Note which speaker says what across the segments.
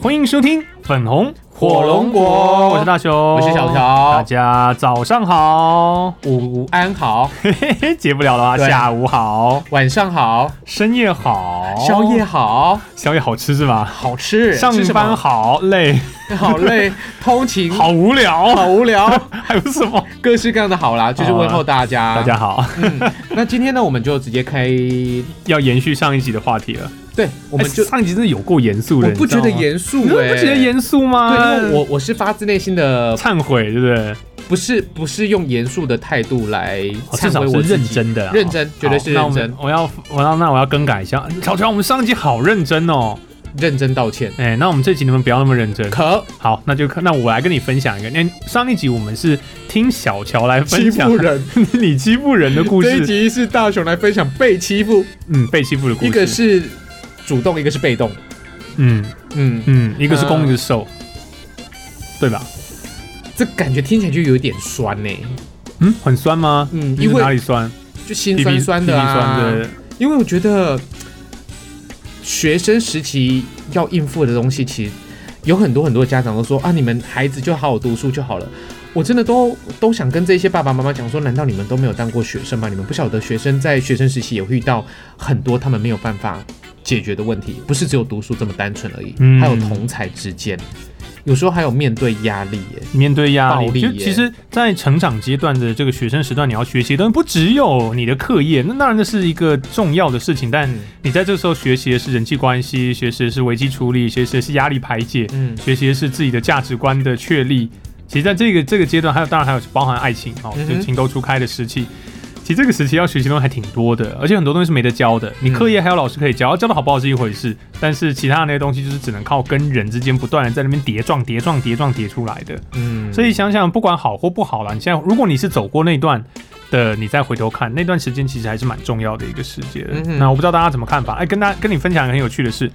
Speaker 1: 欢迎收听粉红
Speaker 2: 火龙果
Speaker 1: 我是大雄，
Speaker 2: 我
Speaker 1: 我
Speaker 2: 是小
Speaker 1: 大
Speaker 2: 乔，
Speaker 1: 家早上好，
Speaker 2: 午 安好，
Speaker 1: 嘿嘿嘿，解不了了啊，
Speaker 2: 对
Speaker 1: 下午好，
Speaker 2: 晚上好，
Speaker 1: 深夜好，
Speaker 2: 宵夜好，
Speaker 1: 宵夜好吃是吧？
Speaker 2: 好吃，
Speaker 1: 上
Speaker 2: 吃什么
Speaker 1: 班好 累，
Speaker 2: 好累，通勤
Speaker 1: 好无聊，
Speaker 2: 好啊无聊，
Speaker 1: 还有什么？
Speaker 2: 各式各样的好啦，就是问候大家。
Speaker 1: 啊
Speaker 2: 嗯
Speaker 1: 大，家好，
Speaker 2: 那今天呢，我们就直接开，
Speaker 1: 要延续上一集的话题了。
Speaker 2: 对，我们
Speaker 1: 哎
Speaker 2: 就
Speaker 1: 上一集真的有够严肃的，
Speaker 2: 我不觉得严
Speaker 1: 肃，
Speaker 2: 肃
Speaker 1: 你
Speaker 2: 哎，
Speaker 1: 不觉得。严肃啊吗？
Speaker 2: 对，因为我我是发自内心的，
Speaker 1: 忏悔，对不对？
Speaker 2: 不是不是用严肃的态度来
Speaker 1: 哦至
Speaker 2: 忏
Speaker 1: 少
Speaker 2: 悔
Speaker 1: 是
Speaker 2: 我自
Speaker 1: 认
Speaker 2: 己，
Speaker 1: 真的啦，啊
Speaker 2: 认真
Speaker 1: 好
Speaker 2: 绝对是
Speaker 1: 那我
Speaker 2: 认
Speaker 1: 们
Speaker 2: 真，
Speaker 1: 我要我要那我要更改一下，乔乔，我们上一集好认真哦。
Speaker 2: 认真道歉。
Speaker 1: 哎，那我们这集你们不要那么认真。
Speaker 2: 可
Speaker 1: 好，那就看那我来跟你分享一个。那哎上一集我们是听小乔来
Speaker 2: 欺
Speaker 1: 分享
Speaker 2: 负人，
Speaker 1: 你欺负人的故
Speaker 2: 这一
Speaker 1: 事，
Speaker 2: 集是大雄来分享被欺负，
Speaker 1: 嗯，被欺负的故事，
Speaker 2: 一个是主动，一个是被动。
Speaker 1: 嗯
Speaker 2: 嗯，
Speaker 1: 嗯，一个是攻，
Speaker 2: 呃
Speaker 1: 一个是受，对吧？
Speaker 2: 这感觉听起来就有点酸呢、
Speaker 1: 嗯，很酸吗？
Speaker 2: 嗯，
Speaker 1: 你
Speaker 2: 因
Speaker 1: 是哪
Speaker 2: 为
Speaker 1: 里酸？
Speaker 2: 就心酸酸的
Speaker 1: 屁屁
Speaker 2: 啊。
Speaker 1: 酸的。
Speaker 2: 因为我觉得学生时期要应付的东西，其实有很多很多家长都说啊，你们孩子就好好读书就好了。我真的都都想跟这些爸爸妈妈讲说，难道你们都没有当过学生吗？你们不晓得学生在学生时期也会遇到很多他们没有办法解决的问题，不是只有读书这么单纯而已，
Speaker 1: 嗯
Speaker 2: 还有同才之间，有时候还有面对压力耶。
Speaker 1: 面对压
Speaker 2: 暴
Speaker 1: 力，
Speaker 2: 力
Speaker 1: 就
Speaker 2: 耶
Speaker 1: 其实，在成长阶段的这个学生时段，你要学习的东西不只有你的课业，那当然那是一个重要的事情，但
Speaker 2: 嗯
Speaker 1: 你在这时候学习的是人际关系，学习的是危机处理，学习的是压力排解，
Speaker 2: 嗯，
Speaker 1: 学习的是自己的价值观的确立。其实，在这个这个阶段，还有当然还有包含爱情哦，
Speaker 2: 嗯哼
Speaker 1: 就是情窦初开的时期。其实这个时期要学习的东西还挺多的，而且很多东西是没得教的。你
Speaker 2: 嗯
Speaker 1: 课业还有老师可以教，教的好不好是一回事，但是其他的那些东西就是只能靠跟人之间不断的在那边叠撞、叠撞、叠撞、叠出来的。
Speaker 2: 嗯，
Speaker 1: 所以想想，不管好或不好啦，你现在如果你是走过那段的，你再回头看那段时间，其实还是蛮重要的一个时节的
Speaker 2: 嗯哼
Speaker 1: 那我不知道大家怎么看法？哎，跟大跟你分享一个很有趣的事，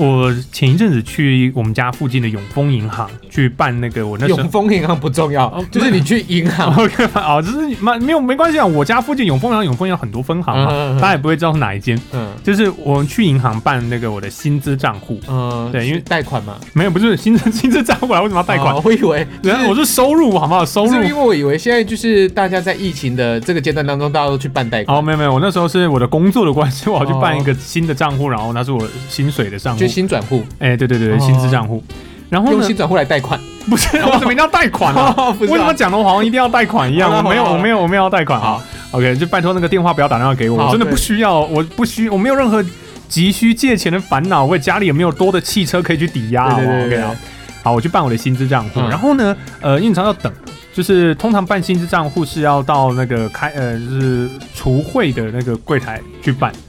Speaker 1: 我前一阵子去我们家附近的永丰银行去办那个我那时
Speaker 2: 永
Speaker 1: 候。
Speaker 2: 丰银行不重要
Speaker 1: 哦，
Speaker 2: 就是你去银行，
Speaker 1: OK 哦，就是蛮没有没关系啊。我家附近永丰银行，永丰银行很多分行嘛，
Speaker 2: 嗯嗯嗯
Speaker 1: 大家也不会知道是哪一间。
Speaker 2: 嗯
Speaker 1: 就是我们去银行办那个我的薪资账户，
Speaker 2: 嗯，
Speaker 1: 对因为
Speaker 2: 是贷款嘛，
Speaker 1: 没有不是薪资薪资账户啊，为什么要贷款 啊
Speaker 2: 哦？我以为
Speaker 1: 然后、我是收入好不好？收
Speaker 2: 不
Speaker 1: 入
Speaker 2: 是因为我以为现在就是大家在疫情的这个阶段当中，大家都去办贷款，
Speaker 1: 哦，没有没有，我那时候是我的工作的关系，我要去
Speaker 2: 哦
Speaker 1: 办一个新的账户，然后那是我薪水的账户
Speaker 2: 就，新转户，
Speaker 1: 哎、对对对，
Speaker 2: 哦
Speaker 1: 薪资账户。然后
Speaker 2: 用
Speaker 1: 呢
Speaker 2: 新？转户来贷款，
Speaker 1: 不 是， 我怎么一定要贷款呢、啊？
Speaker 2: 哦不
Speaker 1: 为
Speaker 2: 是
Speaker 1: 什么
Speaker 2: 啊，
Speaker 1: 讲的我好像一定要贷款一样？
Speaker 2: 好
Speaker 1: 我
Speaker 2: 了
Speaker 1: 没有，
Speaker 2: 好了
Speaker 1: 我没有，我没有要贷款啊
Speaker 2: 好。
Speaker 1: OK，就拜托那个电话不要打电话给我，
Speaker 2: 好
Speaker 1: 我真的不
Speaker 2: 对
Speaker 1: 需要，我不需，我没有任何急需借钱的烦恼，我也家里也没有多的汽车可以去抵押，
Speaker 2: 对对对对
Speaker 1: 好不好 OK，
Speaker 2: 对
Speaker 1: 好好，我去办我的薪资账户。
Speaker 2: 嗯
Speaker 1: 然后呢，呃，因为常要等，就是通常办薪资账户是要到那个开呃，就是除会的那个柜台去办。
Speaker 2: 嗯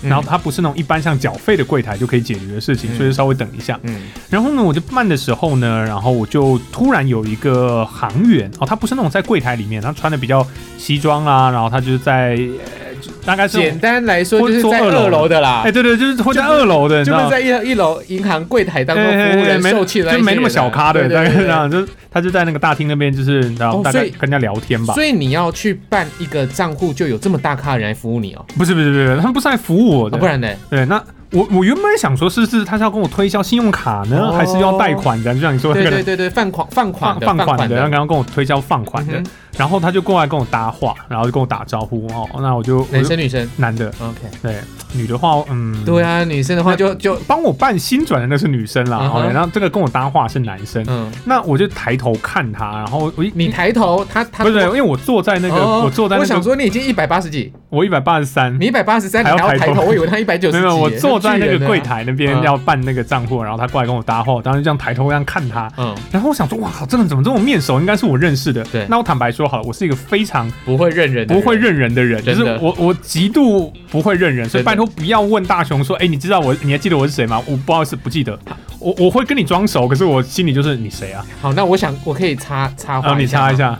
Speaker 1: 然后它不是那种一般像缴费的柜台就可以解决的事情，
Speaker 2: 嗯
Speaker 1: 所以稍微等一下。
Speaker 2: 嗯
Speaker 1: 然后呢，我就办的时候呢，然后我就突然有一个行员哦，他不是那种在柜台里面，他穿的比较西装啊，然后他就是在、呃就大概是
Speaker 2: 简单来说
Speaker 1: 或
Speaker 2: 就是在
Speaker 1: 坐二楼
Speaker 2: 二楼的啦
Speaker 1: 哎，，对对，就是会在二楼的，你知
Speaker 2: 就
Speaker 1: 道
Speaker 2: 是
Speaker 1: 吗
Speaker 2: 在一一楼银行柜台当中服
Speaker 1: 哎
Speaker 2: 务
Speaker 1: 哎哎
Speaker 2: 人
Speaker 1: 没
Speaker 2: 受气的，
Speaker 1: 就没那么小咖的，
Speaker 2: 对
Speaker 1: 大概
Speaker 2: 对
Speaker 1: 是
Speaker 2: 对
Speaker 1: 这样，就是他就在那个大厅那边，就是你知道
Speaker 2: 哦
Speaker 1: 大概
Speaker 2: 所以
Speaker 1: 跟人家聊天吧。
Speaker 2: 所以你要去办一个账户，就有这么大咖的人来服务你哦，
Speaker 1: 不是不是不是，他们不是来服务我
Speaker 2: 啊
Speaker 1: 的，
Speaker 2: 不然呢？
Speaker 1: 对，那我我原本想说是是他是要跟我推销信用卡呢，
Speaker 2: 哦
Speaker 1: 还是要贷款的？就像你说那
Speaker 2: 对
Speaker 1: 个
Speaker 2: 对对对，放款放款
Speaker 1: 放
Speaker 2: 的
Speaker 1: 放款的，然后刚
Speaker 2: 的，
Speaker 1: 刚跟我推销放款的
Speaker 2: 嗯哼，
Speaker 1: 然后他就过来跟我搭话，然后就跟我打招呼哦，那我就我
Speaker 2: 男
Speaker 1: 就
Speaker 2: 生女生
Speaker 1: 男的，
Speaker 2: ，OK，
Speaker 1: 对，女的话，嗯，
Speaker 2: 对，啊，女生的话就就
Speaker 1: 帮我办新转的那是女生啦，
Speaker 2: 嗯哼
Speaker 1: 哦，然后这个跟我搭话是男生，
Speaker 2: 嗯，
Speaker 1: 那我就抬头看他，然后我一
Speaker 2: 你抬头，他他
Speaker 1: 不是，因为我坐在那个
Speaker 2: 哦
Speaker 1: 我坐在
Speaker 2: 我
Speaker 1: 那
Speaker 2: 想
Speaker 1: 个
Speaker 2: 说你已经一百八十几，
Speaker 1: 我一百八十三，
Speaker 2: 你一百八十三，你
Speaker 1: 还要
Speaker 2: 还
Speaker 1: 抬
Speaker 2: 要抬
Speaker 1: 头
Speaker 2: 头，我以为他一百九十
Speaker 1: 没
Speaker 2: 几
Speaker 1: 有
Speaker 2: 耶。
Speaker 1: 没有，我坐在那
Speaker 2: 巨
Speaker 1: 个
Speaker 2: 人
Speaker 1: 柜
Speaker 2: 啊，
Speaker 1: 台那边
Speaker 2: 嗯
Speaker 1: 要办那个账户，然后他过来跟我搭话，我当时这样抬头这样看他，
Speaker 2: 嗯，
Speaker 1: 然后我想说，哇靠，这人怎么这么面熟？应该是我认识的。
Speaker 2: 对
Speaker 1: 那我坦白说好了，我是一个非常
Speaker 2: 不会认人，
Speaker 1: 不会，认人的人，就
Speaker 2: 真
Speaker 1: 是
Speaker 2: 的
Speaker 1: 我我极度不会认人，所以
Speaker 2: 真的
Speaker 1: 拜托不要问大雄说，哎，你知道我，你还记得我是谁吗？我不好意思不记得，我我会跟你装熟，可是我心里就是你谁啊？
Speaker 2: 好，那我想我可以插插
Speaker 1: 然后
Speaker 2: 话，
Speaker 1: 你查一。下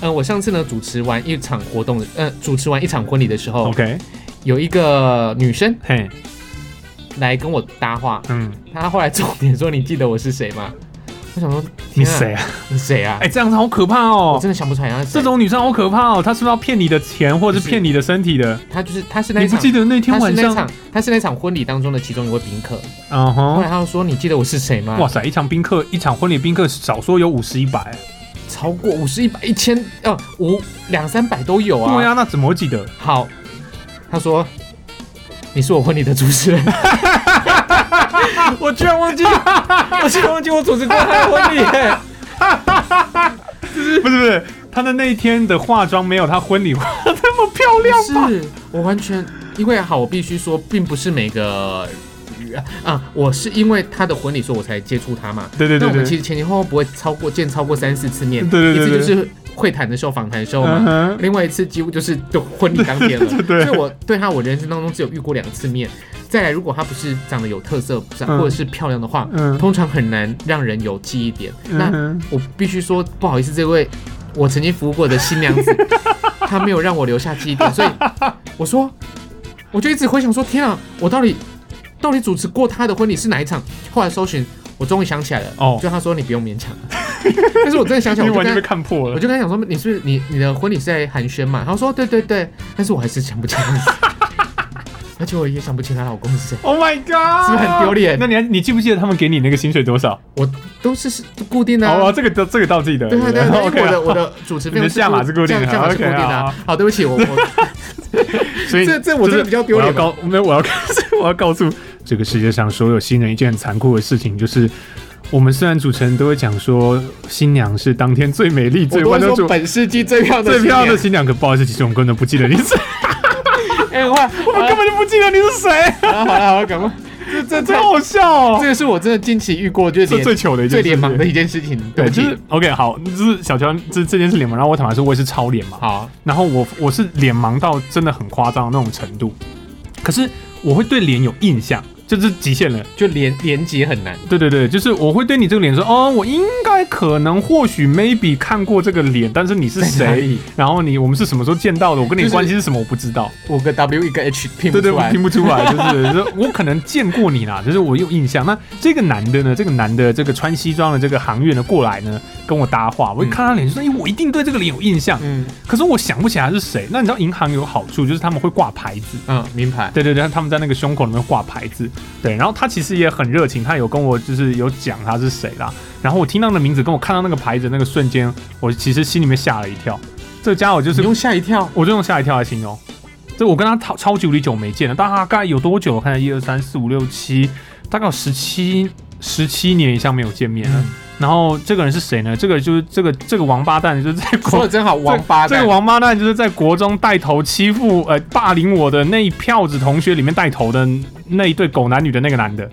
Speaker 2: 嗯，我上次呢主持完一场活动，呃，主持完一场婚礼的时候，
Speaker 1: ，OK，
Speaker 2: 有一个女生
Speaker 1: 嘿，
Speaker 2: 来跟我搭话，
Speaker 1: 嗯，
Speaker 2: 她后来重点说：“你记得我是谁吗？”我想说，
Speaker 1: 你
Speaker 2: 天啊
Speaker 1: 谁啊？
Speaker 2: 你谁啊？
Speaker 1: 哎、这样子好可怕
Speaker 2: 我
Speaker 1: 哦！
Speaker 2: 真的想不出来他是谁
Speaker 1: 这种女生好可怕哦，她是不是要骗你的钱，或者是骗你的身体的？
Speaker 2: 他就是他是那
Speaker 1: 你
Speaker 2: 一
Speaker 1: 不
Speaker 2: 场，
Speaker 1: 记得那天
Speaker 2: 他是
Speaker 1: 晚
Speaker 2: 那一
Speaker 1: 上？
Speaker 2: 场他是那场婚礼当中的其中一位宾客。
Speaker 1: 嗯
Speaker 2: 后
Speaker 1: 哼，
Speaker 2: 来他就说：“你记得我是谁吗？”
Speaker 1: 哇塞，一场宾客，一场婚礼宾客，少说有五十一百。
Speaker 2: 超过五十、一百、一千，呃，五两三百都有啊。
Speaker 1: 对呀、那怎么会记得？
Speaker 2: 好，他说你是我婚礼的主持人， 我居然忘记， 我居然忘记我主持过他的婚礼耶。
Speaker 1: 不是不是，她的那一天的化妆没有她婚礼化那么漂亮吧？
Speaker 2: 是我完全，因为好，我必须说，并不是每个。啊，我是因为他的婚礼，所以我才接触他嘛。
Speaker 1: 对对对
Speaker 2: 那我们
Speaker 1: 对
Speaker 2: 其实前前后后不会超过见超过三四次面，
Speaker 1: 对对对对
Speaker 2: 一次就是会谈的时候、访谈的时候嘛
Speaker 1: 嗯，哼，
Speaker 2: 另外一次几乎就是就婚礼当天了，
Speaker 1: 对
Speaker 2: 所以我对他我人生当中只有遇过两次面。再来，如果他不是长得有特色，不是啊
Speaker 1: 嗯
Speaker 2: 或者是漂亮的话，
Speaker 1: 嗯
Speaker 2: 通常很难让人有记忆点。
Speaker 1: 嗯
Speaker 2: 那
Speaker 1: 哼，
Speaker 2: 我必须说，不好意思，这位我曾经服务过的新娘 子，她没有让我留下记忆点，所以我说，我就一直回想说，天啊，我到底到底主持过她的婚礼是哪一场？后来搜寻，我终于想起来了，
Speaker 1: 哦
Speaker 2: 就她说你不用勉强， 但是我真的想 想，
Speaker 1: 你
Speaker 2: 我就
Speaker 1: 完
Speaker 2: 跟
Speaker 1: 全
Speaker 2: 她
Speaker 1: 被看破
Speaker 2: 我
Speaker 1: 了。
Speaker 2: 就跟他讲说，你是不是你你的婚礼是在寒暄嘛？他说对对对，但是我还是想不起来，而且我也想不起她老公是谁，
Speaker 1: Oh my god！
Speaker 2: 是不是很丢脸
Speaker 1: 那你还你记不记得他们给你那个薪水多少？
Speaker 2: 都是是固定的、
Speaker 1: 哦，
Speaker 2: 啊。
Speaker 1: 这个都这个倒记得。
Speaker 2: 对对对， 因
Speaker 1: OK
Speaker 2: 为我
Speaker 1: 啊
Speaker 2: 的我的主持费
Speaker 1: 你的下马是固定的
Speaker 2: 下马是固定的
Speaker 1: OK，好
Speaker 2: 啊。好，对不起，我 我
Speaker 1: 所以
Speaker 2: 这这我真的比较丢脸
Speaker 1: 就是我要告没有，我要告 诉我要告诉这个世界上所有新人一件很残酷的事情，就是我们虽然主持人都会讲说新娘是当天最美丽、最
Speaker 2: 我
Speaker 1: 温柔
Speaker 2: 都说
Speaker 1: 主、
Speaker 2: 本世纪最漂亮的
Speaker 1: 最
Speaker 2: 新
Speaker 1: 漂
Speaker 2: 娘
Speaker 1: 亮的新娘，可不好意思，其实我们根本不记得你是，
Speaker 2: 哎，我
Speaker 1: 我们根本就不记得你是谁，
Speaker 2: 好了好了，我赶快，这这这
Speaker 1: 真好笑哦
Speaker 2: 这！个是我真的近期遇过，就是
Speaker 1: 这最
Speaker 2: 脸
Speaker 1: 糗的一件
Speaker 2: 最
Speaker 1: 事情
Speaker 2: 脸盲的。一件事情，
Speaker 1: 对，
Speaker 2: 对不
Speaker 1: 就是 OK，好，就是小乔这这件事脸盲，然后我坦白说，我也是超脸盲，
Speaker 2: 好，
Speaker 1: 然后我我是脸盲到真的很夸张的那种程度，可是我会对脸有印象，就是极限了。
Speaker 2: 就连连接很难，
Speaker 1: 对对对，就是我会对你这个脸说，哦，我应该可能或许 maybe 看过这个脸，但是你是
Speaker 2: 在哪
Speaker 1: 谁？
Speaker 2: 里？
Speaker 1: 然后你我们是什么时候见到的？我跟你
Speaker 2: 就是
Speaker 1: 关系是什么？我不知道。
Speaker 2: 五个 W 一个 H 拼不
Speaker 1: 对对，
Speaker 2: 出
Speaker 1: 我
Speaker 2: 来
Speaker 1: 听，不出来，就是就是我可能见过你啦，就是我有印象。那这个男的呢，这个男的这个穿西装的这个行员呢过来呢跟我搭话，我一看他脸就说，哎、我一定对这个脸有印象，
Speaker 2: 嗯
Speaker 1: 可是我想不起来是谁。那你知道银行有好处，就是他们会挂牌子。
Speaker 2: 嗯，名牌。
Speaker 1: 对对对，他们在那个胸口里面挂牌子。对，然后他其实也很热情，他有跟我就是有讲他是谁啦。然后我听到的名字，跟我看到那个牌子那个瞬间，我其实心里面吓了一跳。这个家伙就
Speaker 2: 你
Speaker 1: 是，
Speaker 2: 用吓一跳，
Speaker 1: 我就用吓一跳来形容。这我跟他超超级无敌久没见了，大概有多久？我看一二三四五六七，大概有十七十七年以上没有见面
Speaker 2: 嗯
Speaker 1: 了。然后这个人是谁呢？这个就是这个这个王八蛋，就是在国
Speaker 2: 说的真好，王八
Speaker 1: 这
Speaker 2: 蛋。
Speaker 1: 个王八蛋就是在国中带头欺负呃霸凌我的那一票子同学里面带头的那一对狗男女的那个男的，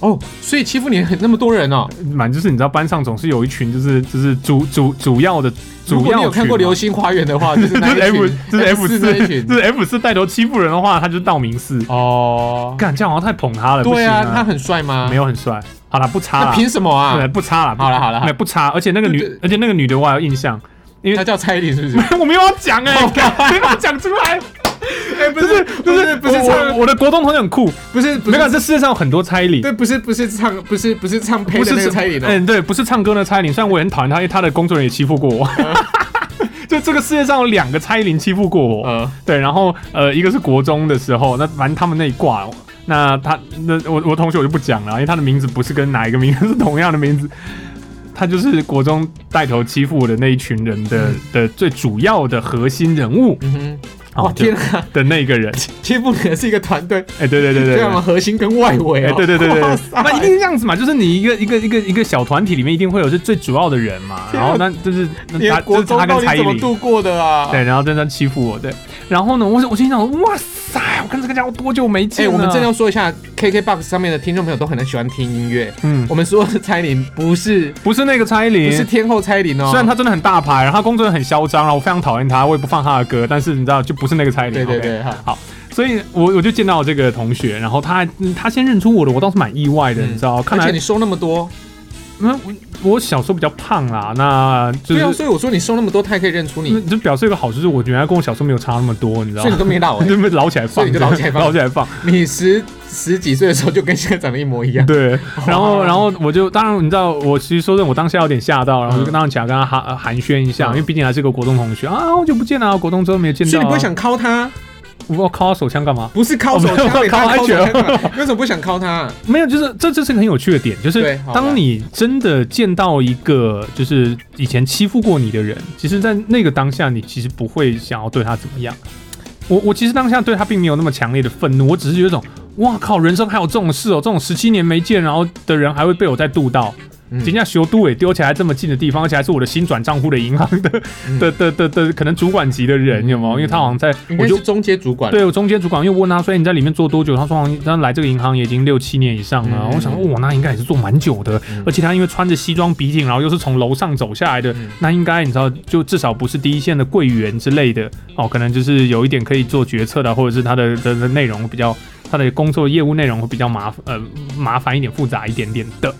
Speaker 2: 哦，所以欺负你很那么多人哦。
Speaker 1: 满就是你知道班上总是有一群就是就是主主主要的
Speaker 2: 如
Speaker 1: 主
Speaker 2: 果
Speaker 1: 要
Speaker 2: 你有看过《流
Speaker 1: 流
Speaker 2: 星花园》的话，啊就是
Speaker 1: 这
Speaker 2: 那
Speaker 1: 是
Speaker 2: 一
Speaker 1: F
Speaker 2: 群，
Speaker 1: 这是 F
Speaker 2: 四那一
Speaker 1: 四
Speaker 2: 群。
Speaker 1: 这是 F 四带头欺负人的话，他就是道明寺。
Speaker 2: 哦，
Speaker 1: 干这样好像太捧他了，不
Speaker 2: 对
Speaker 1: 行
Speaker 2: 啊，他很帅吗？
Speaker 1: 没有很帅。好了，不差
Speaker 2: 那
Speaker 1: 了，
Speaker 2: 凭什么啊
Speaker 1: 对，？不差了。
Speaker 2: 好啦好啦
Speaker 1: 没有不差。而且那个
Speaker 2: 对
Speaker 1: 女
Speaker 2: 对，
Speaker 1: 而且那个女的我还有印象，
Speaker 2: 他叫蔡依林是不是？
Speaker 1: 我没有要讲哎，干没有要讲出来。
Speaker 2: 哎，不
Speaker 1: 不是不是不是唱，
Speaker 2: 唱，
Speaker 1: 我的国中同学很酷，
Speaker 2: 不是不
Speaker 1: 没
Speaker 2: 是
Speaker 1: 有，这世界上有很多蔡依林，
Speaker 2: 对，不是不是唱，不是不是唱呸的那个蔡依林哦。
Speaker 1: 嗯，对，不是唱歌的蔡依林，虽然我也很讨厌她，因为她的工作人员也欺负过我。
Speaker 2: 嗯
Speaker 1: 就这个世界上有两个蔡依林欺负过我，
Speaker 2: 呃，
Speaker 1: 对，然后呃，一个是国中的时候，那反正他们那一挂，那他那我我同学我就不讲了，因为他的名字不是跟哪一个名字 是同样的名字，他就是国中带头欺负我的那一群人的、的最主要的核心人物
Speaker 2: 嗯哼，
Speaker 1: 哦
Speaker 2: 哇
Speaker 1: 就
Speaker 2: 天啊，
Speaker 1: 的那个人，
Speaker 2: 欺负你的是一个团队，
Speaker 1: 哎、对对对对
Speaker 2: 对
Speaker 1: 对
Speaker 2: 我们核心跟外围
Speaker 1: 哎、
Speaker 2: 哦。
Speaker 1: 对对对对
Speaker 2: 哇
Speaker 1: 对，
Speaker 2: 塞
Speaker 1: 那一定是这样子嘛，就是你一个一个一个一个小团体里面一定会有是最主要的人嘛，
Speaker 2: 天
Speaker 1: 然
Speaker 2: 啊
Speaker 1: 后那就是
Speaker 2: 你
Speaker 1: 那嗯他
Speaker 2: 的
Speaker 1: 就
Speaker 2: 国
Speaker 1: 是
Speaker 2: 中
Speaker 1: 他
Speaker 2: 到
Speaker 1: 跟
Speaker 2: 底
Speaker 1: 蔡依
Speaker 2: 怎么
Speaker 1: 林，
Speaker 2: 度过的啊？
Speaker 1: 对，然后在那欺负我，对，然后呢，我我心想，哇塞，我跟这个家伙多久没
Speaker 2: 哎、
Speaker 1: 见了？
Speaker 2: 我们真的要说一下，KKBOX 上面的听众朋友都很喜欢听音乐。
Speaker 1: 嗯，
Speaker 2: 我们说的蔡依林不是
Speaker 1: 不是那个蔡依
Speaker 2: 不
Speaker 1: 林，
Speaker 2: 是天后蔡依林哦，
Speaker 1: 虽然他真的很大牌，然后他工作人很嚣张，然后我非常讨厌他，我也不放他的歌，但是你知道，就不是那个蔡依林，
Speaker 2: 对对
Speaker 1: OK
Speaker 2: 对哈，
Speaker 1: 所以我我就见到这个同学，然后他嗯他先认出我的，我倒是蛮意外的，
Speaker 2: 嗯
Speaker 1: 你知道，看
Speaker 2: 而且
Speaker 1: 来
Speaker 2: 你瘦那么多，
Speaker 1: 嗯我我小时候比较胖啦，那就
Speaker 2: 对啊，
Speaker 1: 是。嗯
Speaker 2: 所以我说你瘦那么多，他也可以认出你
Speaker 1: 那，就表示一个好处，就是我觉得他跟我小时候没有差那么多，你知道
Speaker 2: 所以你
Speaker 1: 吗？
Speaker 2: 都没老、欸，
Speaker 1: 就被捞起来
Speaker 2: 所
Speaker 1: 放，
Speaker 2: 以你就捞起来放
Speaker 1: 捞起来放。
Speaker 2: 你十十几岁的时候就跟现在长得一模一样。
Speaker 1: 对， 然后
Speaker 2: 哦
Speaker 1: 然后我就当然你知道，我其实说真的，我当下有点吓到，然后我就
Speaker 2: 嗯
Speaker 1: 当场起来跟他寒呃寒暄一下，
Speaker 2: 嗯
Speaker 1: 因为毕竟还是个国中同学啊，好久不见啊，国中之后没有见到、啊，
Speaker 2: 所以你不会想敲他，
Speaker 1: 我靠手枪干嘛？
Speaker 2: 不是敲手
Speaker 1: 我没有
Speaker 2: 枪，你
Speaker 1: 敲安
Speaker 2: 敲手
Speaker 1: 全
Speaker 2: 枪干嘛为什么不想敲他？
Speaker 1: 没有，就是这这是个很有趣的点，就是
Speaker 2: 对好
Speaker 1: 当你真的见到一个就是以前欺负过你的人，其实，在那个当下，你其实不会想要对他怎么样。我我其实当下对他并没有那么强烈的愤怒，我只是有一种哇靠，人生还有这种事哦，这种十七年没见，然后的人还会被我再度到，
Speaker 2: 嗯
Speaker 1: 人家修都尾丢起来这么近的地方，而且还是我的新转账户的银行的
Speaker 2: 嗯
Speaker 1: 的的的的可能主管级的人，有没有？因为他好像在，
Speaker 2: 应
Speaker 1: 我
Speaker 2: 该
Speaker 1: 就是
Speaker 2: 中阶主管。
Speaker 1: 对我中间主管，因为我问他说：“哎，你在里面做多久？”他说：“好像他来这个银行也已经六七年以上了。
Speaker 2: 嗯
Speaker 1: 我想说，哇，那应该也是做蛮久的。
Speaker 2: 嗯
Speaker 1: 而且他因为穿着西装笔挺，然后又是从楼上走下来的，
Speaker 2: 嗯
Speaker 1: 那应该你知道，就至少不是第一线的柜员之类的哦，可能就是有一点可以做决策的，或者是他的的的内容比较，他的工作业务内容会比较麻呃麻烦一点、复杂一点点的。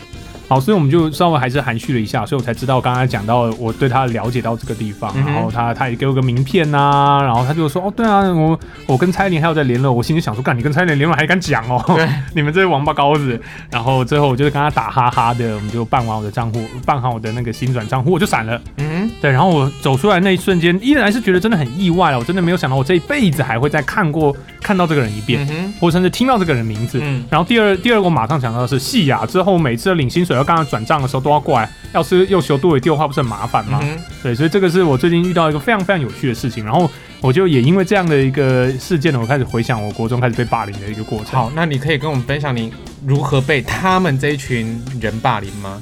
Speaker 1: 好，所以我们就稍微还是含蓄了一下，所以我才知道刚才讲到我对他了解到这个地方，
Speaker 2: 嗯哼
Speaker 1: 然后他他也给我个名片呐、然后他就说哦对啊，我我跟蔡依林还有在联络，我心里想说干你跟蔡依林联络还敢讲哦， 你们这些王八羔子。然后最后我就是跟他打哈哈的，我们就办完我的账户，办好我的那个新转账户，我就闪了。
Speaker 2: 嗯，
Speaker 1: 对，然后我走出来那一瞬间，依然是觉得真的很意外啊！我真的没有想到我这一辈子还会再看过看到这个人一遍，
Speaker 2: 嗯哼，
Speaker 1: 或甚至听到这个人名字。
Speaker 2: 嗯，
Speaker 1: 然后第二第二个我马上想到的是细雅，之后每次领薪水要跟他转账的时候都要过来，要是又修多一丢的话不是很麻烦吗？
Speaker 2: 嗯
Speaker 1: 对，所以这个是我最近遇到一个非常非常有趣的事情。然后我就也因为这样的一个事件呢，我开始回想我国中开始被霸凌的一个过程。
Speaker 2: 好，那你可以跟我们分享你如何被他们这一群人霸凌吗？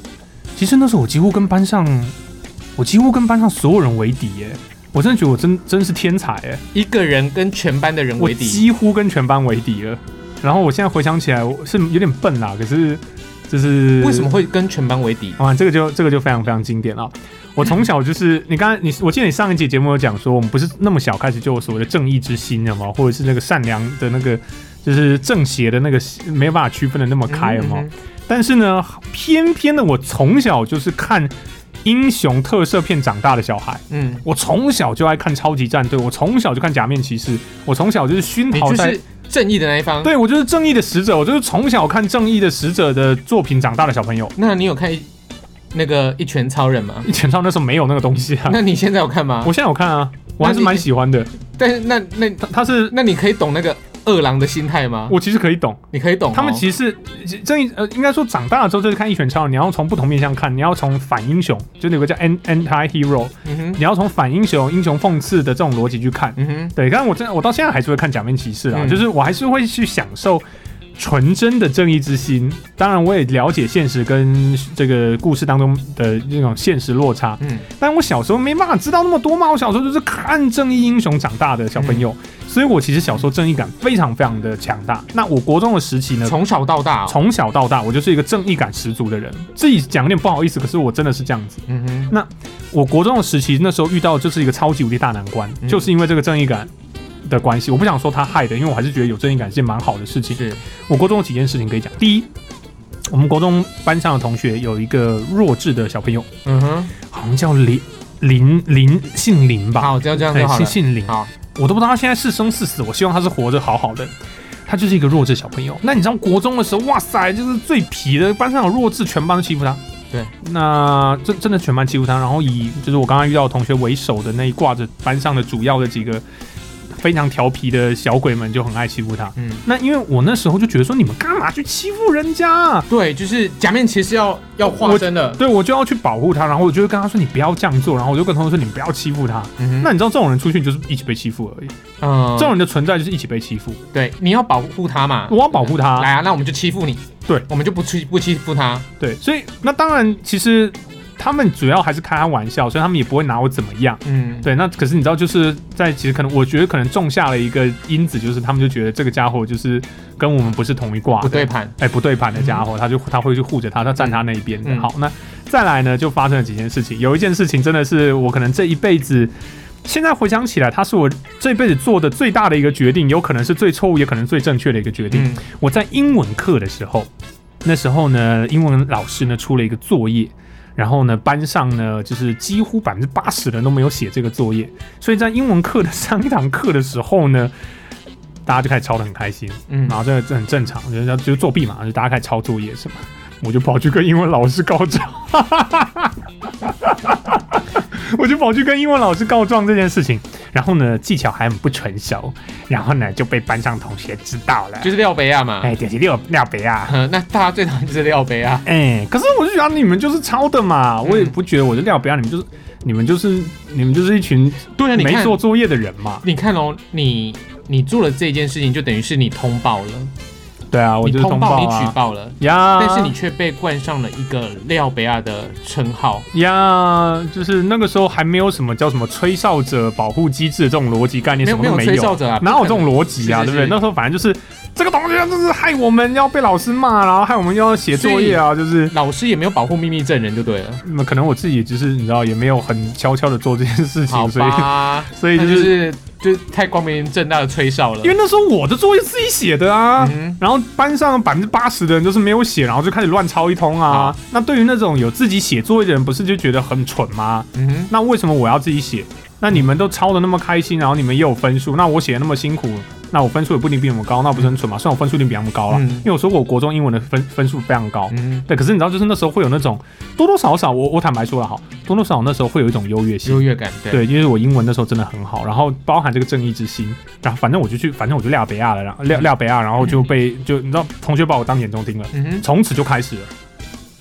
Speaker 1: 其实那时候我几乎跟班上，我几乎跟班上所有人为敌耶、我真的觉得我真真是天才耶、
Speaker 2: 一个人跟全班的人
Speaker 1: 我
Speaker 2: 嗯为敌，
Speaker 1: 几乎跟全班为敌了。然后我现在回想起来，我是有点笨啦，可是就是
Speaker 2: 为什么会跟全班为敌？
Speaker 1: 啊，这个就这个就非常非常经典了。我从小就是你刚才你，我记得你上一节节目有讲说，我们不是那么小开始就有所谓的正义之心了吗？或者是那个善良的那个，就是正邪的那个没有办法区分的那么开了吗？
Speaker 2: 嗯
Speaker 1: 但是呢，偏偏的我从小就是看英雄特摄片长大的小孩，
Speaker 2: 嗯，
Speaker 1: 我从小就爱看超级战队，我从小就看假面骑士，我从小就是熏
Speaker 2: 你
Speaker 1: 陶
Speaker 2: 就
Speaker 1: 在。
Speaker 2: 是正义的那一方。，
Speaker 1: 对，我就是正义的使者，我就是从小看正义的使者的作品长大的小朋友。
Speaker 2: 那你有看一那个一拳超人吗？
Speaker 1: 以前上那时候没有那个东西啊，
Speaker 2: 那你现在有看吗
Speaker 1: 我？现在有看啊，我还是蛮喜欢的。
Speaker 2: 但是那啊那
Speaker 1: 他他是
Speaker 2: 那你可以懂那个二郎的心态吗？
Speaker 1: 我其实可以懂，
Speaker 2: 你可以懂哦、
Speaker 1: 他们其实是正义呃，应该说长大了之后就是看一拳超人，你要从不同面向看，你要从反英雄，就有个叫 an- anti hero，
Speaker 2: 嗯哼，
Speaker 1: 你要从反英雄、英雄讽刺的这种逻辑去看。
Speaker 2: 嗯哼，
Speaker 1: 对，但我真的我到现在还是会看假面骑士啊，
Speaker 2: 嗯
Speaker 1: 就是我还是会去享受纯真的正义之心。当然，我也了解现实跟这个故事当中的那种现实落差。
Speaker 2: 嗯
Speaker 1: 但我小时候没办法知道那么多嘛，我小时候就是看正义英雄长大的小朋友，
Speaker 2: 嗯
Speaker 1: 所以我其实小时候正义感非常非常的强大。那我国中的时期呢？
Speaker 2: 从小到大、哦，
Speaker 1: 从小到大，我就是一个正义感十足的人。自己讲有点不好意思，可是我真的是这样子。
Speaker 2: 嗯哼，
Speaker 1: 我国中的时期，那时候遇到就是一个超级无敌大难关，
Speaker 2: 嗯
Speaker 1: 就是因为这个正义感的关系。我不想说他害的，因为我还是觉得有正义感是件蛮好的事情。
Speaker 2: 是，
Speaker 1: 我国中有几件事情可以讲。第一，我们国中班上的同学有一个弱智的小朋友，
Speaker 2: 嗯哼，
Speaker 1: 好像叫林林林，姓林吧？
Speaker 2: 好，这样这样
Speaker 1: 对
Speaker 2: 就，好
Speaker 1: 姓
Speaker 2: 了。
Speaker 1: 姓林，
Speaker 2: 好，
Speaker 1: 我都不知道他现在是生是死。我希望他是活着好好的。他就是一个弱智小朋友。那你知道国中的时候，哇塞，就是最皮的，班上有弱智，全班都欺负他。
Speaker 2: 对，
Speaker 1: 那真真的全班欺负他，然后以就是我刚刚遇到的同学为首的那一挂着班上的主要的几个非常调皮的小鬼们，就很爱欺负他。
Speaker 2: 嗯，
Speaker 1: 那因为我那时候就觉得说，你们干嘛去欺负人家、啊？
Speaker 2: 对，就是假面骑士要要化身了。
Speaker 1: 对我就要去保护他，然后我就会跟他说，你不要这样做，然后我就跟同学说，你们不要欺负他。
Speaker 2: 嗯哼，
Speaker 1: 那你知道这种人出去就是一起被欺负而已，
Speaker 2: 嗯，
Speaker 1: 这种人的存在就是一起被欺负。
Speaker 2: 对，你要保护他嘛。
Speaker 1: 我要保护他，
Speaker 2: 来啊，那我们就欺负你。
Speaker 1: 对，
Speaker 2: 我们就不欺不欺负他。
Speaker 1: 对，所以那当然，其实他们主要还是开他玩笑，所以他们也不会拿我怎么样。
Speaker 2: 嗯，
Speaker 1: 对，那可是你知道，就是在其实可能我觉得可能种下了一个因子，就是他们就觉得这个家伙就是跟我们不是同一挂
Speaker 2: 不
Speaker 1: 的，
Speaker 2: 对盘。
Speaker 1: 哎、不对盘的家伙，他就他会去护着他，他站他那一边的。
Speaker 2: 嗯
Speaker 1: 好，那再来呢，就发生了几件事情。有一件事情真的是我可能这一辈子，现在回想起来，他是我这辈子做的最大的一个决定，有可能是最错误，也可能最正确的一个决定。
Speaker 2: 嗯
Speaker 1: 我在英文课的时候，那时候呢，英文老师呢出了一个作业，然后呢，班上呢就是几乎百分之八十人都没有写这个作业，所以在英文课的上一堂课的时候呢，大家就开始抄的很开心，
Speaker 2: 嗯
Speaker 1: 然后这这很正常，人家就是作弊嘛，就大家开始抄作业什么，我就跑去跟英文老师告状， 我就跑去跟英文老师告状这件事情，然后呢技巧还很不成熟，然后呢就被班上同学知道了，
Speaker 2: 就是廖北亚嘛。
Speaker 1: 哎，就是廖廖北啊，
Speaker 2: 嗯，那大家最讨厌就是廖北亚。
Speaker 1: 哎、可是我就觉得你们就是抄的嘛，我也不觉得我是廖北啊，你们就是你们就是你们就是一群
Speaker 2: 对啊，你
Speaker 1: 没
Speaker 2: 看，
Speaker 1: 做作业的人嘛，
Speaker 2: 你看哦，你你做了这件事情，就等于是你通报了，
Speaker 1: 对啊，我
Speaker 2: 你
Speaker 1: 就是
Speaker 2: 通
Speaker 1: 报
Speaker 2: 你举
Speaker 1: 啊，
Speaker 2: 报了，
Speaker 1: 呀，
Speaker 2: 但是你却被冠上了一个廖北亚的称号。
Speaker 1: 呀，就是那个时候还没有什么叫什么吹哨者保护机制的这种逻辑概念，
Speaker 2: 没
Speaker 1: 什
Speaker 2: 有
Speaker 1: 么
Speaker 2: 没
Speaker 1: 都没
Speaker 2: 有吹哨者啊，
Speaker 1: 哪有这种
Speaker 2: 不
Speaker 1: 逻辑啊？
Speaker 2: 是
Speaker 1: 对
Speaker 2: 是
Speaker 1: 不对？
Speaker 2: 是
Speaker 1: 那时候反正就是这个同学就是害我们要被老师骂，然后害我们又要写作业啊，就是
Speaker 2: 可能？老师也没有保护秘密证人就对了，
Speaker 1: 嗯可能我自己就是你知道也没有很悄悄的做这件事
Speaker 2: 好
Speaker 1: 情，所以
Speaker 2: 吧？
Speaker 1: 所以
Speaker 2: 那
Speaker 1: 就
Speaker 2: 就是是就是太光明正大的吹哨了
Speaker 1: 因。为那时候我的作业自己写的啊。
Speaker 2: 嗯
Speaker 1: 然后班上百分之八十的人都是没有写，然后就开始乱抄一通啊
Speaker 2: 好。
Speaker 1: 那对于那种有自己写作业的人，不是就觉得很蠢吗？
Speaker 2: 哼，嗯哼，
Speaker 1: 那为什么我要自己写？那你们都抄的那么开心，然后你们也有分数，那我写的那么辛苦，那我分数也不一定比你们高，那我不是很蠢吗？虽然我分数一定比他们高了，
Speaker 2: 嗯
Speaker 1: 因为我说过我国中英文的分分数非常高。
Speaker 2: 嗯
Speaker 1: 对，可是你知道，就是那时候会有那种多多少少，我我坦白说了哈，多多少少那时候会有一种优越
Speaker 2: 哼，
Speaker 1: 性，
Speaker 2: 优越感，对，
Speaker 1: 对，因为我英文那时候真的很好，然后包含这个正义之心，然后反正我就去，反正我就撂北亚了，然后撂撂北亚，然后就被就你知道，同学把我当眼中钉了，
Speaker 2: 嗯哼，
Speaker 1: 从此就开始了，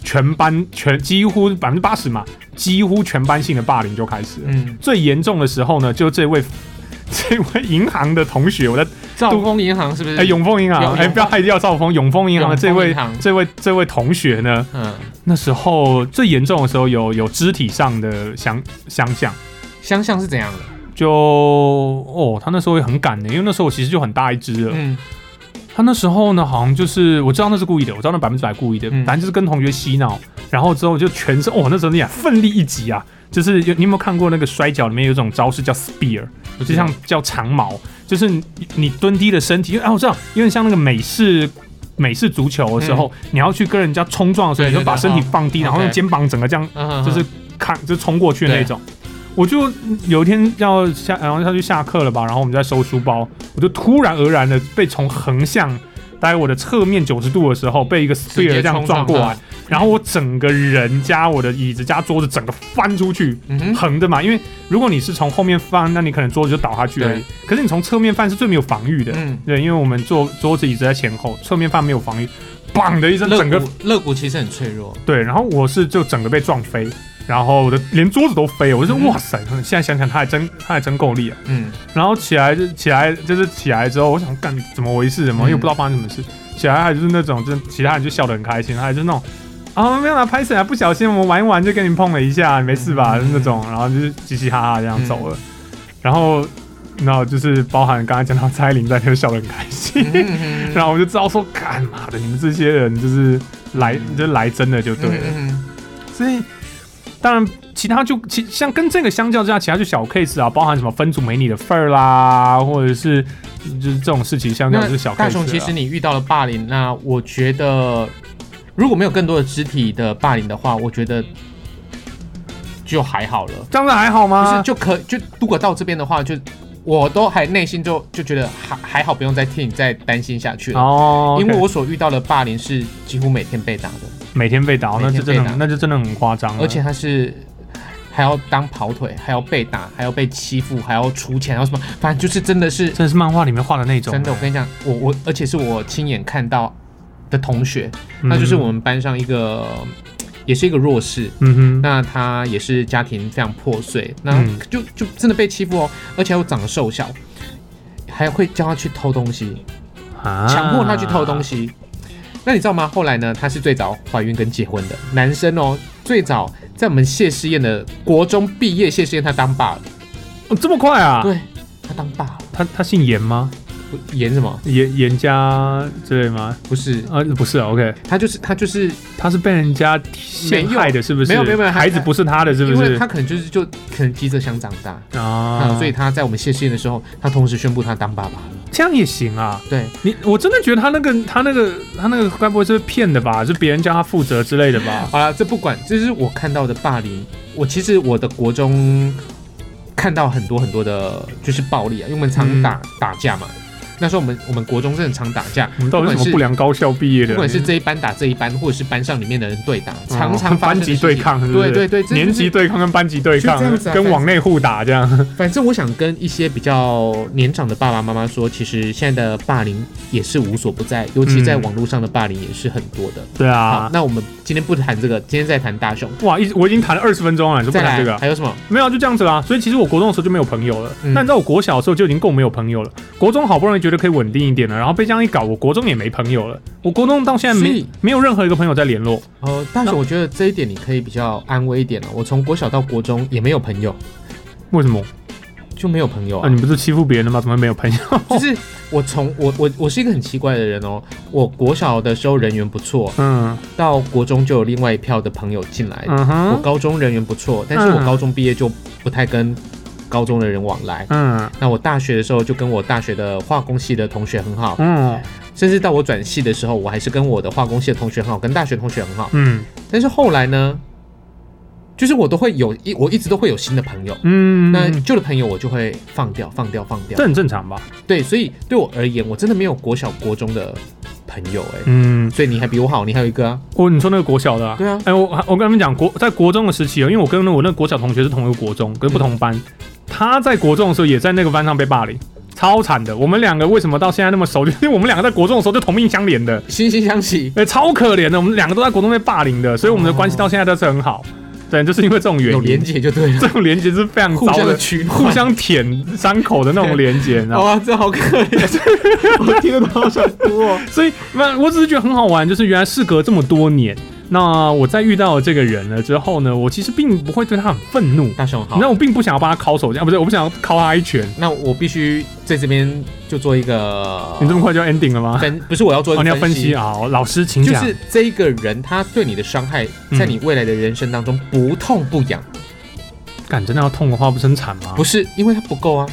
Speaker 1: 全班全几乎百分之八十嘛，几乎全班性的霸凌就开始了。
Speaker 2: 嗯，
Speaker 1: 最严重的时候呢，就这位 这位银行的同学，我在
Speaker 2: 兆丰银行是不是？
Speaker 1: 哎永丰银行，
Speaker 2: 嗯永
Speaker 1: 哎不要害掉兆丰永丰银行的这位
Speaker 2: 永丰银行
Speaker 1: 这位这位同学呢，
Speaker 2: 嗯，
Speaker 1: 那时候最严重的时候有有肢体上的相相像。
Speaker 2: 相像是怎样的？
Speaker 1: 就哦，他那时候也很赶的，因为那时候我其实就很大一只了。
Speaker 2: 嗯，
Speaker 1: 他那时候呢，好像就是我知道那是故意的，我知道那百分之百故意的，
Speaker 2: 嗯
Speaker 1: 反正就是跟同学嬉闹，然后之后就全身哦，那时候你想奋力一击啊，就是有你有没有看过那个摔跤里面有一种招式叫 spear，
Speaker 2: 不
Speaker 1: 就
Speaker 2: 知道
Speaker 1: 像叫长矛，就是你你蹲低了身体，因为啊我知道，有点像那个美式。美式足球的时候，你要去跟人家冲撞的时候，
Speaker 2: 嗯对
Speaker 1: 你就
Speaker 2: 对
Speaker 1: 把
Speaker 2: 对
Speaker 1: 身体
Speaker 2: 哦
Speaker 1: 放低，然后用
Speaker 2: OK
Speaker 1: 肩膀整个这样
Speaker 2: 嗯哼，
Speaker 1: 就是看就冲过去的那种。我就有一天要下，然后要去下课了吧，然后我们在收书包，我就突然而然的被从横向，大概我的侧面九十度的时候，被一个 spear 这样撞过来，然后我整个人加我的椅子加桌子整个翻出去，
Speaker 2: 嗯哼，
Speaker 1: 横的嘛，因为如果你是从后面翻，那你可能桌子就倒下去而已
Speaker 2: 对。
Speaker 1: 可是你从侧面翻是最没有防御的，
Speaker 2: 嗯，
Speaker 1: 对，因为我们坐桌子椅子在前后，侧面翻没有防御，砰的一声，整
Speaker 2: 肋
Speaker 1: 个
Speaker 2: 骨肋骨其实很脆弱，
Speaker 1: 对，然后我是就整个被撞飞，然后我的连桌子都飞了，我就说
Speaker 2: 嗯
Speaker 1: 哇塞，现在想想他还真他还真够力啊。
Speaker 2: 嗯，
Speaker 1: 然后起来就起来就是起来之后，我想干怎么回事，怎么
Speaker 2: 嗯
Speaker 1: 又不知道发生什么事。起来还就是那种，就其他人就笑得很开心，还就是那种啊没有啦，拍谁啊，不小心我们玩一玩就跟你碰了一下，没事吧、
Speaker 2: 嗯
Speaker 1: 那种，然后就是嘻嘻哈哈这样
Speaker 2: 嗯
Speaker 1: 走了。然后然后就是包含刚才讲到蔡依林在那边笑得很开心，
Speaker 2: 嗯哼 嗯哼
Speaker 1: 然后我就知道说干嘛的，你们这些人就是来就来真的就对了。
Speaker 2: 嗯哼
Speaker 1: 所以当然其他就其像跟这个相较之下，其他就小 case 啊，包含什么分组没你的份儿啦，或者是就是这种事情相较就是小 case 啊。
Speaker 2: 大雄，其实你遇到了霸凌，那我觉得如果没有更多的肢体的霸凌的话，我觉得就还好了。
Speaker 1: 这样子还好
Speaker 2: 不
Speaker 1: 吗？
Speaker 2: 是就可就如果到这边的话，就我都还内心就就觉得还还好，不用再替你再担心下去了。
Speaker 1: 哦，OK，
Speaker 2: 因为我所遇到的霸凌是几乎每天被打的，
Speaker 1: 每天被打，那
Speaker 2: 每
Speaker 1: 就
Speaker 2: 天
Speaker 1: 真的
Speaker 2: 被打
Speaker 1: 很那就真的很夸张了。啊
Speaker 2: 而且他是还要当跑腿，还要被打，还要被欺负，还要出钱，还要什么，反正就是真的是
Speaker 1: 真的是漫画里面画的那种，啊
Speaker 2: 真的。我跟你讲，我我而且是我亲眼看到的同学，
Speaker 1: 嗯
Speaker 2: 那就是我们班上一个，也是一个弱势。
Speaker 1: 嗯哼，
Speaker 2: 那他也是家庭非常破碎，那
Speaker 1: 嗯
Speaker 2: 就就真的被欺负哦，而且又长得瘦小，还会叫他去偷东西，
Speaker 1: 啊
Speaker 2: 强迫他去偷东。西。那你知道吗？后来呢，她是最早怀孕跟结婚的男生哦，最早在我们谢师宴的国中毕业谢师宴，他当爸了，
Speaker 1: 哦，这么快啊？
Speaker 2: 对他当爸了，
Speaker 1: 他他姓严吗？
Speaker 2: 不演什么？
Speaker 1: 严严家之类吗？
Speaker 2: 不是，
Speaker 1: 啊，不是啊，OK，
Speaker 2: 他就是他就是
Speaker 1: 他是被人家陷
Speaker 2: 没有
Speaker 1: 害的，是不是？
Speaker 2: 没有没有没有他
Speaker 1: 孩子不是他的，是不
Speaker 2: 因为
Speaker 1: 是
Speaker 2: 他？可能就是就可能急着想长大，
Speaker 1: 啊
Speaker 2: 啊，所以他在我们谢师宴的时候，他同时宣布他当爸爸了。
Speaker 1: 这样也行啊？
Speaker 2: 对，
Speaker 1: 你我真的觉得他那个他那个他那个该不会是骗的吧？是别人叫他负责之类的吧？
Speaker 2: 好了，这不管，这是我看到的霸凌。我其实我的国
Speaker 1: 嗯
Speaker 2: 中看到很多很多的，就是暴力啊，因为我们常打、打架嘛。那时候我们我们国中真的常打架，
Speaker 1: 我们到底是什么不良高校毕业的？
Speaker 2: 不管是这一班打这一班，或者是班上里面的人对打，
Speaker 1: 哦
Speaker 2: 常常发
Speaker 1: 班
Speaker 2: 生的
Speaker 1: 级
Speaker 2: 事情
Speaker 1: 对，抗，是不
Speaker 2: 对
Speaker 1: 是
Speaker 2: 对对，这
Speaker 1: 年
Speaker 2: 就是
Speaker 1: 级对抗跟班级对抗
Speaker 2: 就这样子，啊
Speaker 1: 跟往内互打这 样。
Speaker 2: 反正我想跟一些比较年长的爸爸妈妈说，其实现在的霸凌也是无所不在，尤其在
Speaker 1: 嗯
Speaker 2: 网络上的霸凌也是很多的。
Speaker 1: 对
Speaker 2: 好，
Speaker 1: 啊，
Speaker 2: 那我们今天不谈这个，今天再谈大雄。
Speaker 1: 哇，一直我已经谈了二十分钟了，你就不
Speaker 2: 再
Speaker 1: 谈
Speaker 2: 来、
Speaker 1: 这个啊？
Speaker 2: 还有什么？
Speaker 1: 没有啊，就这样子啦。所以其实我国中的时候就没有朋友了。
Speaker 2: 嗯
Speaker 1: 那你知道我国小的时候就已经够没有朋友了。国中好不容易觉得可以稳定一点了，然后被这样一搞，我国中也没朋友了。我国中到现在
Speaker 2: 所
Speaker 1: 没
Speaker 2: 以
Speaker 1: 没有任何一个朋友在联络。
Speaker 2: 呃，大雄，我觉得这一点你可以比较安慰一点了、哦我从国小到国中也没有朋友，
Speaker 1: 为什么？
Speaker 2: 就没有朋友
Speaker 1: 啊，
Speaker 2: 啊。
Speaker 1: 你不是欺负别人的吗？怎么会没有朋友？
Speaker 2: 就是我从我我我是一个很奇怪的人哦。我国小的时候人缘不错，
Speaker 1: 嗯
Speaker 2: 到国中就有另外一票的朋友进来。
Speaker 1: 嗯
Speaker 2: 我
Speaker 1: 哼
Speaker 2: 高中人哎缘不错，但是我
Speaker 1: 嗯
Speaker 2: 高中毕业就不太跟高中的人往来。
Speaker 1: 嗯
Speaker 2: 那我大学的时候就跟我大学的化工系的同学很好，
Speaker 1: 嗯
Speaker 2: 甚至到我转系的时候，我还是跟我的化工系的同学很好，跟大学同学很好。
Speaker 1: 嗯
Speaker 2: 但是后来呢，就是我都会有一，我一直都会有新的朋友。
Speaker 1: 嗯，
Speaker 2: 那旧的朋友我就会放掉，放掉，放掉
Speaker 1: 这。很正常吧？
Speaker 2: 对，所以对我而言，我真的没有国小、国中的朋友哎、
Speaker 1: 嗯，
Speaker 2: 所以你还比我好，你还有一个啊。
Speaker 1: 我你说那个国小的、啊，
Speaker 2: 对啊，
Speaker 1: 哎、我我跟你们讲，国在国中的时期哦，因为我跟我那个国小同学是同一个国中，可是不
Speaker 2: 嗯
Speaker 1: 同班。他在国中的时候也在那个班上被霸凌，超惨的。我们两个为什么到现在那么熟？ 就是因为我们两个在国中的时候就同命相连的，
Speaker 2: 惺惺相惜，
Speaker 1: 哎、超可怜的。我们两个都在国中被霸凌的，所以我们的
Speaker 2: 哦
Speaker 1: 关系到现在都是很好。对，就是因为这种原
Speaker 2: 有
Speaker 1: 因，
Speaker 2: 连结就对 了，
Speaker 1: 这种连接是非常
Speaker 2: 互
Speaker 1: 糟
Speaker 2: 相的
Speaker 1: 的，
Speaker 2: 取暖
Speaker 1: 互相舔伤口的那种连接，你知道吗？
Speaker 2: 哇、这好可怜， 我听得到想哭哦。
Speaker 1: 所以，那我只是觉得很好玩，就是原来事隔这么多年，那我在遇到这个人了之后呢，我其实并不会对他很愤怒，
Speaker 2: 大雄好，
Speaker 1: 那我并不想要帮他敲手枪，啊不是，我不想要敲他一拳。
Speaker 2: 那我必须在这边就做一个
Speaker 1: 你这么快就要 ending 了吗？
Speaker 2: 分，不是我要做一
Speaker 1: 哦，
Speaker 2: 个
Speaker 1: 你要分析
Speaker 2: 析，
Speaker 1: 啊，好老师请
Speaker 2: 就
Speaker 1: 讲。
Speaker 2: 是这一个人他对你的伤害，
Speaker 1: 嗯
Speaker 2: 在你未来的人生当中不痛不痒，
Speaker 1: 敢真的要痛的话，不生产吗？
Speaker 2: 不是因为他不够啊。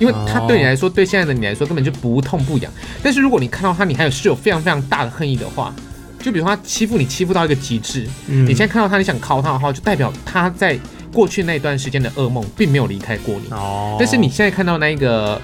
Speaker 2: 因为他
Speaker 1: 哦
Speaker 2: 对你来说，对现在的你来说根本就不痛不痒。但是如果你看到他，你还有是有非常非常大的恨意的话，就比如说他欺负你欺负到一个极致，
Speaker 1: 嗯
Speaker 2: 你现在看到他，你想靠他的话，就代表他在过去那段时间的噩梦并没有离开过你。
Speaker 1: 哦，
Speaker 2: 但是你现在看到那一个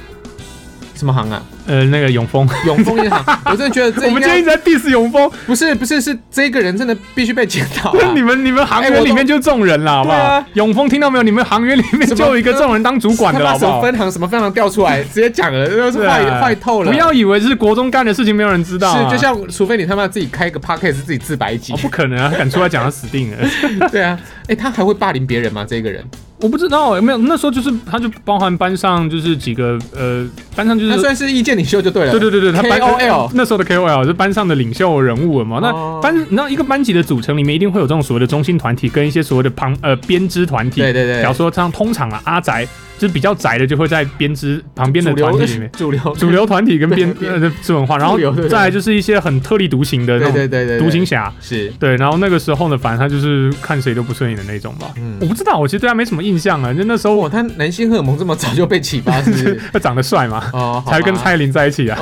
Speaker 2: 什么行啊，
Speaker 1: 呃，那个永丰，
Speaker 2: 永丰银行， 我真的觉得这
Speaker 1: 我
Speaker 2: 应
Speaker 1: 们今天一
Speaker 2: 该
Speaker 1: 直在 diss 永丰，。
Speaker 2: 不是不是是这个人真的必须被检讨、啊
Speaker 1: 你们你们行
Speaker 2: 哎我
Speaker 1: 员
Speaker 2: 都
Speaker 1: 里面就这种人了，好不
Speaker 2: 对
Speaker 1: 好
Speaker 2: 啊？
Speaker 1: 永丰听到没有？你们行员里面
Speaker 2: 什么
Speaker 1: 就有一个这种人当主管
Speaker 2: 他
Speaker 1: 的，
Speaker 2: 妈
Speaker 1: 好不
Speaker 2: 什么
Speaker 1: 好？
Speaker 2: 分行什么分行调出 来，直接讲了，就是
Speaker 1: 对啊
Speaker 2: 坏坏透了。
Speaker 1: 不要以为是国中干的事情没有人知道啊，
Speaker 2: 是，就像除非你他妈自己开一个 podcast 自己自白一集
Speaker 1: 哦，，不可能啊！敢出来讲，他死定了。
Speaker 2: 对啊，哎、他还会霸凌别人吗？这个人，
Speaker 1: 我不知道有没有，那时候就是他就包含班上就是几个呃，班上就
Speaker 2: 他
Speaker 1: 是
Speaker 2: 算是意见领袖就对了。
Speaker 1: 对对对对，他班
Speaker 2: KOL
Speaker 1: 那时候的 KOL 是班上的领袖人物了嘛。那
Speaker 2: 哦
Speaker 1: 班那一个班级的组成里面，一定会有这种所谓的中心团体跟一些所谓的旁呃编织团体。
Speaker 2: 对对对
Speaker 1: 比方说像通常啊，阿宅就是比较宅的，就会在编织旁边的
Speaker 2: 主
Speaker 1: 团
Speaker 2: 流
Speaker 1: 体里 面。
Speaker 2: 主流
Speaker 1: 主流团体跟编
Speaker 2: 对
Speaker 1: 呃是文化，然后
Speaker 2: 主流对对
Speaker 1: 再来就是一些很特立独行的那
Speaker 2: 对对
Speaker 1: 种
Speaker 2: 对对，对
Speaker 1: 独行侠，
Speaker 2: 是
Speaker 1: 对，然后那个时候呢，反正他就是看谁都不顺眼的那种吧。
Speaker 2: 嗯
Speaker 1: 我不知道，我其实对他没什么印象啊。就那时候
Speaker 2: 哇， 他男性荷尔蒙这么早就被启发，是 不是？
Speaker 1: 他长得帅嘛，
Speaker 2: 哦，好吧哦
Speaker 1: 才跟蔡依林在一起啊。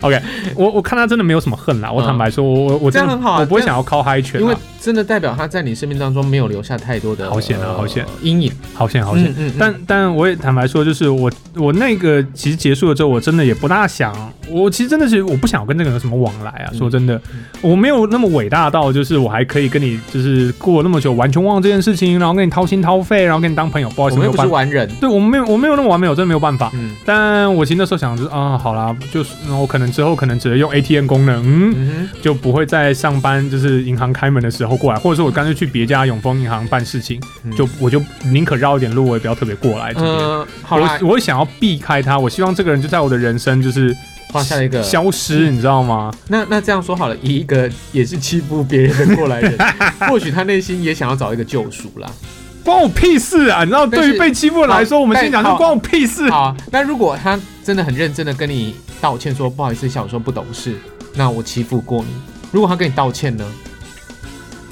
Speaker 1: OK，我 我看他真的没有什么恨啦。我
Speaker 2: 嗯
Speaker 1: 坦白说，我我我真的
Speaker 2: 这样很好啊
Speaker 1: 我不会
Speaker 2: 这
Speaker 1: 想
Speaker 2: 样
Speaker 1: 要敲他一拳啊，
Speaker 2: 因为真的代表他在你生命当中没有留下太多的
Speaker 1: 好险啊
Speaker 2: 呃
Speaker 1: 好险
Speaker 2: 阴影，
Speaker 1: 好险好险。
Speaker 2: 嗯嗯嗯
Speaker 1: 但但我也坦白说，就是我我那个其实结束了之后，我真的也不大想，我其实真的是我不想跟那个人有什么往来啊。
Speaker 2: 嗯
Speaker 1: 说真的，我没有那么伟大到，就是我还可以跟你就是过了那么久，完全忘了这件事情，然后跟你掏心掏肺，然后跟你当朋友，不好
Speaker 2: 我
Speaker 1: 意思，没
Speaker 2: 们又
Speaker 1: 有
Speaker 2: 不是
Speaker 1: 办法。
Speaker 2: 完人，
Speaker 1: 对我没有我没有那么完美，我真的没有办法。
Speaker 2: 嗯
Speaker 1: 但我其实那时候想就是啊，好啦，就是嗯我可能之后可能只能用 ATM 功能，嗯，
Speaker 2: 嗯
Speaker 1: 就不会在上班就是银行开门的时候过来，或者说我干脆去别家永丰银行办事情，
Speaker 2: 哼，
Speaker 1: 就我就宁可绕一点路，我也不要特别过来这边。
Speaker 2: 嗯，好啦，
Speaker 1: 我我想要避开他，我希望这个人就在我的人生就是
Speaker 2: 画下一个。
Speaker 1: 消失，你知道吗？
Speaker 2: 那那这样说好了，以一个也是欺负别人的过来人， 或许他内心也想要找一个救赎啦。
Speaker 1: 关我屁事啊！你知道，
Speaker 2: 但是
Speaker 1: 对于被欺负的来说，
Speaker 2: 好
Speaker 1: 我们心里想
Speaker 2: 但
Speaker 1: 说
Speaker 2: 好
Speaker 1: 关我屁事。
Speaker 2: 好，啊那如果他真的很认真的跟你道歉说不好意思，小时候不懂事，那我欺负过你。如果他跟你道歉呢，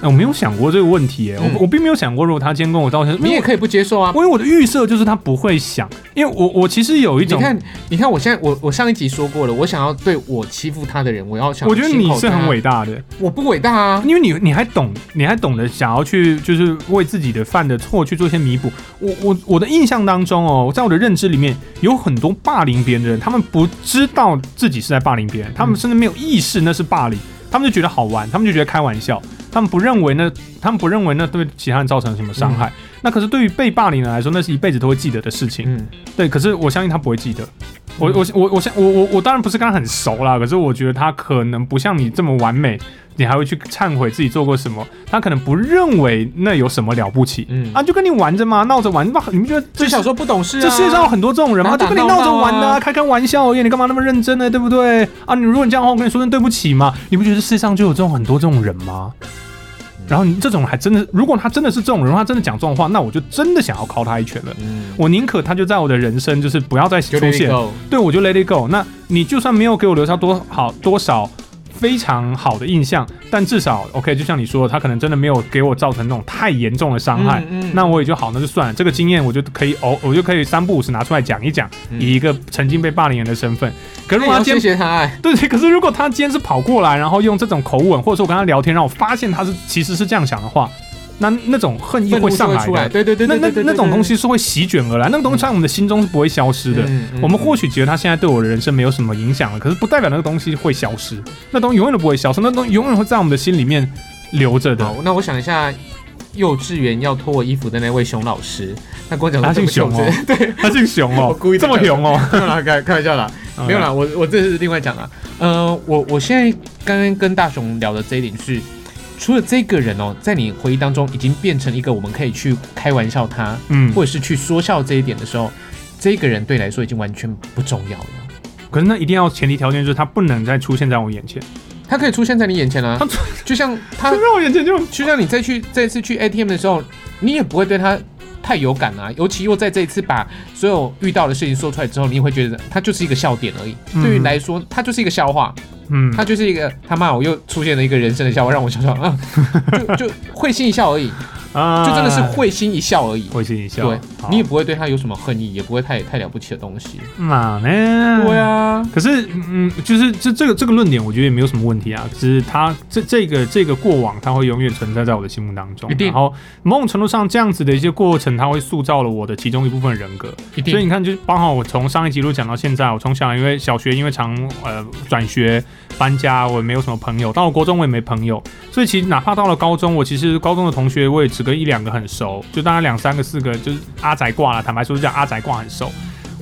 Speaker 1: 哎我没有想过这个问题，哎，
Speaker 2: 嗯
Speaker 1: 我我并没有想过，如果他今天跟我道歉，因
Speaker 2: 你
Speaker 1: 为
Speaker 2: 也
Speaker 1: 我
Speaker 2: 可以不接受啊
Speaker 1: 因。为我的预设就是他不会想，因为我我其实有一
Speaker 2: 你
Speaker 1: 种，
Speaker 2: 看，你看，我现在我我上一集说过了，我想要对我欺负他的人，我要想，
Speaker 1: 我觉得你是很，伟大的，
Speaker 2: 我不伟大啊，
Speaker 1: 因为你你还懂，你还懂得想要去就是为自己的犯的错去做一些弥补。我我我的印象当中哦，在我的认知里面，有很多霸凌别人的人，他们不知道自己是在霸凌别人，他们甚至没有意识那是霸凌，他们就觉得好玩，他们就觉得开玩笑，他们不认为那他们不认为那对其他人造成什么伤害。那可是对于被霸凌的人来说，那是一辈子都会记得的事情。
Speaker 2: 嗯，
Speaker 1: 对，可是我相信他不会记得。我我我我相我我我当然不是跟他很熟啦，可是我觉得他可能不像你这么完美，你还会去忏悔自己做过什么。他可能不认为那有什么了不起，
Speaker 2: 嗯
Speaker 1: 啊，就跟你玩着嘛，闹着玩吧。你们觉得
Speaker 2: 就
Speaker 1: 这
Speaker 2: 小时候不懂事啊，
Speaker 1: 这世界上有很多这种人嘛，
Speaker 2: 打打
Speaker 1: 就跟你
Speaker 2: 闹闹
Speaker 1: 闹着玩的、
Speaker 2: 啊
Speaker 1: 开开玩笑而已，你干嘛那么认真呢？对不对？啊，你如果你这样的话，我跟你说声对不起嘛。你不觉得世界上就有这种很多这种人吗？然后你这种还真的，如果他真的是这种人，他真的讲这种话，那我就真的想要敲他一拳了。
Speaker 2: 嗯，
Speaker 1: 我宁可他就在我的人生，就是不要再出
Speaker 2: 就 let it
Speaker 1: 现。
Speaker 2: go
Speaker 1: 对，我就 let it go。那你就算没有给我留下多好多少非常好的印象，但至少 OK，就像你说的，他可能真的没有给我造成那种太严重的伤害。
Speaker 2: 嗯嗯
Speaker 1: 那我也就好，那就算了。这个经验我就可以哦，我就可以三不五时拿出来讲一讲，
Speaker 2: 嗯
Speaker 1: 以一个曾经被霸凌人的身份。可是如
Speaker 2: 那
Speaker 1: 果他
Speaker 2: 也要
Speaker 1: 今
Speaker 2: 谢
Speaker 1: 天
Speaker 2: 谢他，哎
Speaker 1: 对对，可是如果他今天是跑过来，然后用这种口吻，或者说我跟他聊天，让我发现他是其实是这样想的话，那那种恨意
Speaker 2: 愤怒
Speaker 1: 会
Speaker 2: 是
Speaker 1: 上
Speaker 2: 会
Speaker 1: 来
Speaker 2: 出
Speaker 1: 的
Speaker 2: 来，。对对对，
Speaker 1: 那
Speaker 2: 对
Speaker 1: 那那种东，西
Speaker 2: 对
Speaker 1: 是会席卷而来，那种东西在我们的心中是不会消失的。
Speaker 2: 嗯嗯
Speaker 1: 我们或许觉得他现在对我的人生没有什么影响了，可是不代表那个东西会消失，那东西永远都不会消失，那东西永远会在我们的心里面留着的。
Speaker 2: 好，那我想一下。幼稚园要脱我衣服的那位熊老师，他跟我讲说
Speaker 1: 他姓
Speaker 2: 对不起
Speaker 1: 熊
Speaker 2: 我
Speaker 1: 哦
Speaker 2: 真的，对，
Speaker 1: 他姓熊哦，
Speaker 2: 我故意的
Speaker 1: 这么熊哦，嗯
Speaker 2: 没有啦， 开开玩笑啦，没有啦，我我这是另外讲啦。呃，我我现在刚刚跟大雄聊的这一点是，除了这个人哦，在你回忆当中已经变成一个我们可以去开玩笑他，
Speaker 1: 嗯，
Speaker 2: 或者是去说笑这一点的时候，这个人对你来说已经完全不重要了。
Speaker 1: 可是那一定要前提条件就是他不能再出现在我眼前，
Speaker 2: 他可以出现在你眼前啊
Speaker 1: 他出，
Speaker 2: 就像他
Speaker 1: 他在我眼前就
Speaker 2: 就像你再去再次去 ATM 的时候，你也不会对他太有感啊。尤其又在这一次把所有遇到的事情说出来之后，你也会觉得他就是一个笑点而已。
Speaker 1: 嗯
Speaker 2: 对于来说，他就是一个笑话，
Speaker 1: 嗯，
Speaker 2: 他就是一个他妈我又出现了一个人生的笑话，让我想想 啊，就就会心一笑而已，
Speaker 1: 啊
Speaker 2: 就真的是会心一笑而已。
Speaker 1: 会心一笑。
Speaker 2: 对，
Speaker 1: 好
Speaker 2: 你也不会对他有什么恨意，也不会太太了不起的东西。
Speaker 1: 哪呢？
Speaker 2: 对啊，
Speaker 1: 可是，嗯，就是这这个这个论点，我觉得也没有什么问题啊。只是他这这个这个过往，它会永远存在在我的心目当中。
Speaker 2: 一定
Speaker 1: 然后某种程度上，这样子的一些过程，它会塑造了我的其中一部分人格。
Speaker 2: 一
Speaker 1: 所以
Speaker 2: 定
Speaker 1: 你看，就是包含我从上一集路讲到现在，我从小因为小学因为常呃转学搬家，我也没有什么朋友；到了国中我也没朋友，所以其实哪怕到了高中，我其实高中的同学我也只跟一两个很熟，就大概两三个、四个，就是阿宅挂了。坦白说，就叫阿宅挂很熟。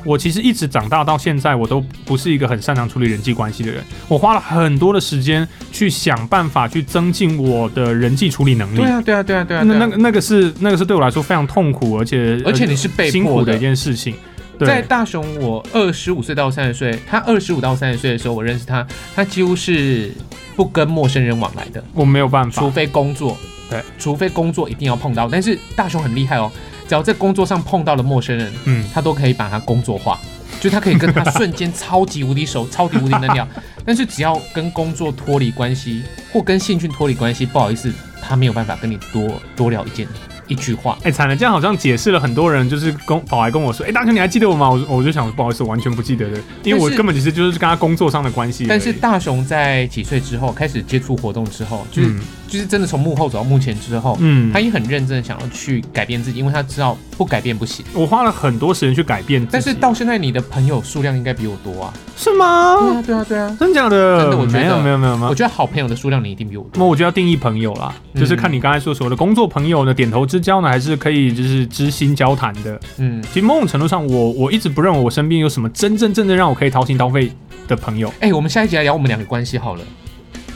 Speaker 1: 我其实一直长大到现在，我都不是一个很擅长处理人际关系的人。我花了很多的时间去想办法去增进我的人际处理能力
Speaker 2: 对。啊，对啊，对啊，对啊。
Speaker 1: 那
Speaker 2: 对啊
Speaker 1: 那个那个是那个是对我来说非常痛苦，而且呃
Speaker 2: 而且你是被迫的
Speaker 1: 辛苦的一件事情。对
Speaker 2: 在大雄，我二十五岁到三十岁，他二十五到三十岁的时候，我认识他，他几乎是不跟陌生人往来的，
Speaker 1: 我没有办法
Speaker 2: 除，非工作，
Speaker 1: 对，
Speaker 2: 除非工作一定要碰到。但是大雄很厉害哦，只要在工作上碰到了陌生人，
Speaker 1: 嗯，
Speaker 2: 他都可以把它工作化，就他可以跟他瞬间超级无敌熟， 超级无敌能聊。但是只要跟工作脱离关系，或跟兴趣脱离关系，不好意思，他没有办法跟你多多聊一件一句话。
Speaker 1: 哎、惨了，这样好像解释了很多人，就是跟跑来跟我说，哎、大雄你还记得我吗？我就我就想，不好意思，我完全不记得的，因为我
Speaker 2: 但是
Speaker 1: 根本其实就是跟他工作上的关系而已。
Speaker 2: 但是大雄在几岁之后开始接触活动之后，就是、
Speaker 1: 嗯
Speaker 2: 就是真的从幕后走到幕前之后，
Speaker 1: 嗯
Speaker 2: 他，也很认真的想要去改变自己，因为他知道不改变不行。
Speaker 1: 我花了很多时间去改变自己，
Speaker 2: 但是到现在，你的朋友数量应该比我多啊！
Speaker 1: 是吗？
Speaker 2: 对啊，对啊，对啊！
Speaker 1: 真假的？
Speaker 2: 真的我觉得
Speaker 1: 没有没有没有没
Speaker 2: 我
Speaker 1: 有。
Speaker 2: 觉得好朋友的数量你一定比我多。
Speaker 1: 那我就要定义朋友啦，就是看你刚才说所谓的工作朋友呢，点头之交呢，还是可以就是知心交谈的。
Speaker 2: 嗯，
Speaker 1: 其实某种程度上我我一直不认为我身边有什么真真正正让我可以掏心掏肺的朋友。
Speaker 2: 哎、我们下一集来聊我们两个关系好了。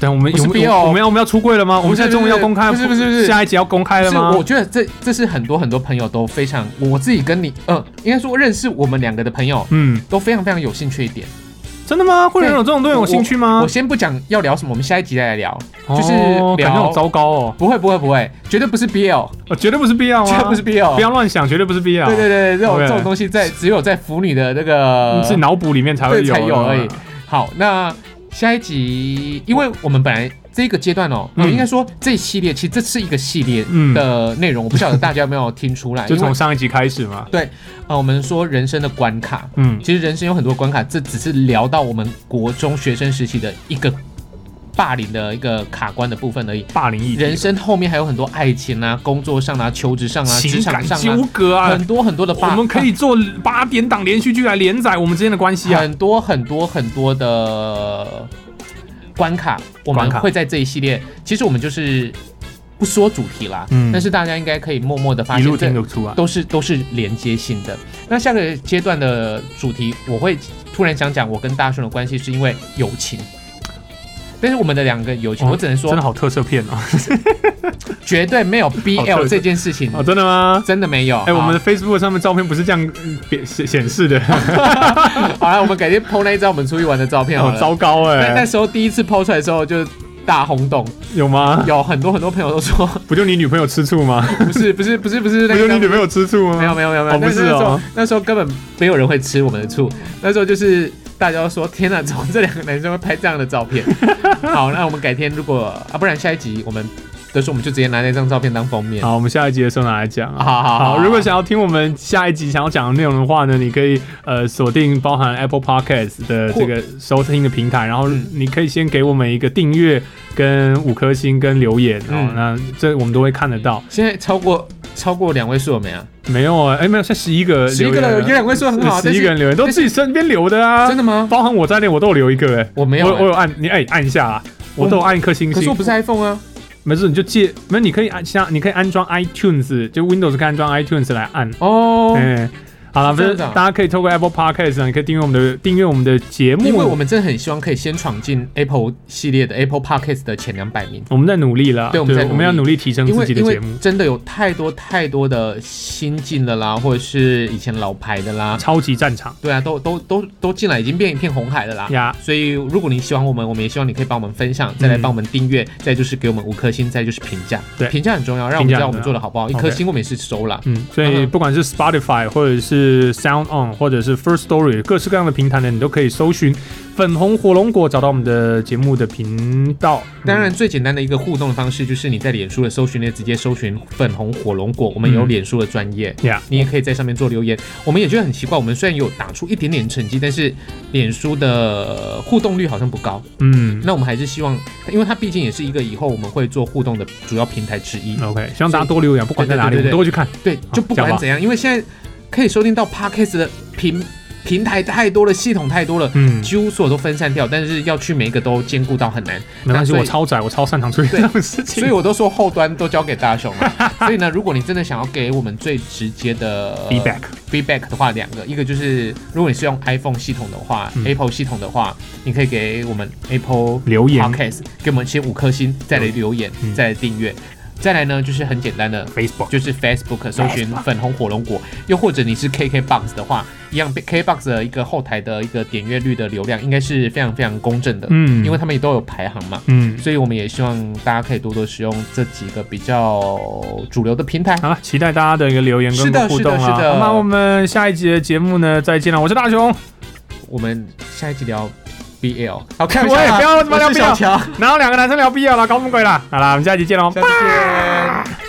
Speaker 1: 但我们
Speaker 2: 不是
Speaker 1: 我们
Speaker 2: 不要
Speaker 1: 我们要我们要出柜了吗？我们现在终于要公开，
Speaker 2: 不是不是不是
Speaker 1: 下一集要公开了
Speaker 2: 是，
Speaker 1: 吗？
Speaker 2: 我觉得这这是很多很多朋友都非常，我自己跟你，呃，应该说认识我们两个的朋友
Speaker 1: 嗯，
Speaker 2: 都非常非常有兴趣一点。
Speaker 1: 真的吗？会有人有这种对我有兴趣吗
Speaker 2: 我？先不讲要聊什么，我们下一集再来聊。就是
Speaker 1: 哦感觉
Speaker 2: 聊
Speaker 1: 好糟糕 哦，
Speaker 2: 不会不会不会，绝对不是 BL，
Speaker 1: 呃绝对不是必要啊，
Speaker 2: 绝对不是 BL，
Speaker 1: 不要乱想，绝对不是必要。啊
Speaker 2: 对对对，这种
Speaker 1: OK
Speaker 2: 这种东西在只有在腐女的那
Speaker 1: 你
Speaker 2: 个
Speaker 1: 是脑补里面才会
Speaker 2: 对哎
Speaker 1: 有，啊
Speaker 2: 才有而已。好，那下一集，因为我们本来这个阶段哦，
Speaker 1: 嗯
Speaker 2: 我应该说这一系列，其实这是一个系列
Speaker 1: 嗯
Speaker 2: 的内容，我不晓得大家有没有听出来，
Speaker 1: 就
Speaker 2: 因为
Speaker 1: 从上一集开始嘛。
Speaker 2: 对啊、我们说人生的关卡，
Speaker 1: 嗯
Speaker 2: 其实人生有很多关卡，这只是聊到我们国中学生时期的一个霸凌的一个卡关的部分而已。
Speaker 1: 霸凌议题
Speaker 2: 人生后面还有很多爱情啊、工作上啊、求职上啊、职
Speaker 1: 情
Speaker 2: 场
Speaker 1: 感
Speaker 2: 上
Speaker 1: 纠葛
Speaker 2: 啊，
Speaker 1: 啊
Speaker 2: 很，多很多的
Speaker 1: 我
Speaker 2: 霸，
Speaker 1: 们可以做八点档连续剧来连载我们之间的关系啊。
Speaker 2: 很多很多很多的关卡，我们
Speaker 1: 关卡
Speaker 2: 会在这一系列，其实我们就是不说主题啦，
Speaker 1: 嗯
Speaker 2: 但是大家应该可以默默的发
Speaker 1: 一路
Speaker 2: 现这
Speaker 1: 听得出来，啊
Speaker 2: 都是都是连接性的。那下个阶段的主题，我会突然想讲我跟大顺的关系，是因为友情。但是我们的两个友情，
Speaker 1: 哦
Speaker 2: 我只能
Speaker 1: 真的
Speaker 2: 说
Speaker 1: 好特色片哦！
Speaker 2: 绝对没有
Speaker 1: 好
Speaker 2: BL 这件事情，
Speaker 1: 哦，真的吗？
Speaker 2: 真的没有。
Speaker 1: 哎，我们
Speaker 2: 好啊
Speaker 1: 的 Facebook 上面照片不是这样 嗯表显显示的，
Speaker 2: 好了，我们改天 PO 那一张我们出去玩的照片好
Speaker 1: 好
Speaker 2: 了。
Speaker 1: 糟糕
Speaker 2: 那那
Speaker 1: 哎，
Speaker 2: 时候第一次 PO 出来的时候就大 轰动，
Speaker 1: 有吗？
Speaker 2: 有很多很多朋友都说
Speaker 1: 不就你女朋友吃醋 吗？
Speaker 2: 不是不是不是不是
Speaker 1: 不
Speaker 2: 那
Speaker 1: 就
Speaker 2: 个
Speaker 1: 你
Speaker 2: 张
Speaker 1: 女朋友吃醋吗？
Speaker 2: 没有没有没有没
Speaker 1: 哦
Speaker 2: 有，
Speaker 1: 不
Speaker 2: 那
Speaker 1: 是
Speaker 2: 那时候
Speaker 1: 哦
Speaker 2: 那时候根本没有人会吃我们的醋，那时候就是大家都说天哪，怎么这两个男生会拍这样的照 片？好，那我们改天如果啊，不然下一集我们的时候我们就直接拿那张照片当封面。
Speaker 1: 好，我们下一集的时候拿来讲啊。
Speaker 2: 好好
Speaker 1: 好，
Speaker 2: 好，
Speaker 1: 如果想要听我们下一集想要讲的内容的话呢，你可以呃锁定包含 Apple Podcast 的这个收听的平台，然后
Speaker 2: 嗯
Speaker 1: 你可以先给我们一个订阅、跟五颗星、跟留言，然后
Speaker 2: 嗯
Speaker 1: 那这我们都会看得到。
Speaker 2: 现在超过超过两位数了没啊？
Speaker 1: 没有啊，哎、没有，现在十一个
Speaker 2: 十一
Speaker 1: 留
Speaker 2: 个
Speaker 1: 言啊
Speaker 2: 人
Speaker 1: 了，
Speaker 2: 有两位数很好，
Speaker 1: 十一个人留言都自己身边留的
Speaker 2: 但
Speaker 1: 啊
Speaker 2: 是真，的吗？
Speaker 1: 包含我在内我都有留一个哎、
Speaker 2: 我没有
Speaker 1: 我我
Speaker 2: 欸，
Speaker 1: 有按你哎、按一下啊，我
Speaker 2: 我
Speaker 1: 都有按一颗星
Speaker 2: 可是
Speaker 1: 星
Speaker 2: 我不，是 iPhone 啊。
Speaker 1: 没事你就借，没有你可以按像你可以安装 iTunes，就 Windows 可以安装 iTunes 来按，
Speaker 2: 哦，
Speaker 1: 哎，好了，反
Speaker 2: 是这
Speaker 1: 正
Speaker 2: 样子啊
Speaker 1: 大家可以透过 Apple Podcast 啊，你可以订阅我们的订阅我们的节目。
Speaker 2: 因为我们真的很希望可以先闯进 Apple 系列的 Apple Podcast 的前两百名。
Speaker 1: 我们在努力了，
Speaker 2: 对我们在努力
Speaker 1: 我们要努力提升
Speaker 2: 因
Speaker 1: 自
Speaker 2: 为
Speaker 1: 己的
Speaker 2: 因为
Speaker 1: 节目，
Speaker 2: 真的有太多太多的新进的啦，或者是以前老牌的啦，
Speaker 1: 超级战场
Speaker 2: 对啊，都都都都进来，已经变一片红海了啦。
Speaker 1: 呀！
Speaker 2: 所以，如果你喜欢我们，我们也希望你可以帮我们分享，再来帮我们订阅，再就是给我们五颗星，再就是评价。
Speaker 1: 对
Speaker 2: 评价很重要，让我
Speaker 1: 评
Speaker 2: 们
Speaker 1: 价
Speaker 2: 知道我
Speaker 1: 很
Speaker 2: 们
Speaker 1: 重
Speaker 2: 做
Speaker 1: 要
Speaker 2: 的好不好。一颗
Speaker 1: OK
Speaker 2: 星我们也是收啦。
Speaker 1: 嗯，所以
Speaker 2: 嗯
Speaker 1: 不管是 Spotify 或者是 Sound On 或者是 First Story 各式各样的平台呢，你都可以搜寻“粉红火龙果”，找到我们的节目的频道。
Speaker 2: 当然，
Speaker 1: 嗯，
Speaker 2: 最简单的一个互动的方式就是你在脸书的搜寻列直接搜寻“粉红火龙果”，我们有
Speaker 1: 嗯
Speaker 2: 脸书的专业，
Speaker 1: 呀、
Speaker 2: 你也可以在上面做留言。我们也觉得很奇怪，我们虽然有打出一点点成绩，但是脸书的互动率好像不高。
Speaker 1: 嗯
Speaker 2: 那我们还是希望，因为它毕竟也是一个以后我们会做互动的主要平台之一。
Speaker 1: ，OK，希望大家多留言，不管在哪里，我
Speaker 2: 对对对对
Speaker 1: 们都会去看。
Speaker 2: 对，就不
Speaker 1: 嗯好讲吧
Speaker 2: 管怎样，因为现在可以收听到 podcast 的平平台太多了，系统太多了，
Speaker 1: 嗯，
Speaker 2: 几乎所有都分散掉，但是要去每一个都兼顾到很难。
Speaker 1: 没关系，
Speaker 2: 那所以
Speaker 1: 我超宅，我超擅长处理这
Speaker 2: 对
Speaker 1: 种事情。
Speaker 2: 所以我都说后端都交给大雄 了。所以呢，如果你真的想要给我们最直接的
Speaker 1: feedback，
Speaker 2: feedback 的话，两个，一个就是如果你是用 iPhone 系统的话、
Speaker 1: 嗯
Speaker 2: a p p l e 系统的话，你可以给我们 Apple
Speaker 1: 留言
Speaker 2: Podcast 给我们先五颗星，再来留言，
Speaker 1: 嗯
Speaker 2: 再来订阅，再来呢就是很简单的。
Speaker 1: Facebook，
Speaker 2: 就是 Facebook 搜寻粉红火龙果，又或者你是 KKBox 的话，一样 KKBox 的一个后台的一个点阅率的流量，应该是非常非常公正的，
Speaker 1: 嗯
Speaker 2: 因为他们也都有排行嘛，
Speaker 1: 嗯，
Speaker 2: 所以我们也希望大家可以多多使用这几个比较主流的平台。
Speaker 1: 好了，期待大家的一个留言
Speaker 2: 是
Speaker 1: 跟
Speaker 2: 的
Speaker 1: 互动啊！
Speaker 2: 是的是的
Speaker 1: 那我们下一集的节目呢，再见了。我是大雄，
Speaker 2: 我们下一集聊 BL，好，开玩
Speaker 1: 我
Speaker 2: 笑
Speaker 1: 也
Speaker 2: 啦
Speaker 1: 不要他妈聊
Speaker 2: 我是 小
Speaker 1: BL，
Speaker 2: 乔，
Speaker 1: 哦然后两个男生聊 BL 了，搞什么鬼啦？好啦，我们下一集见喽，
Speaker 2: 下次见。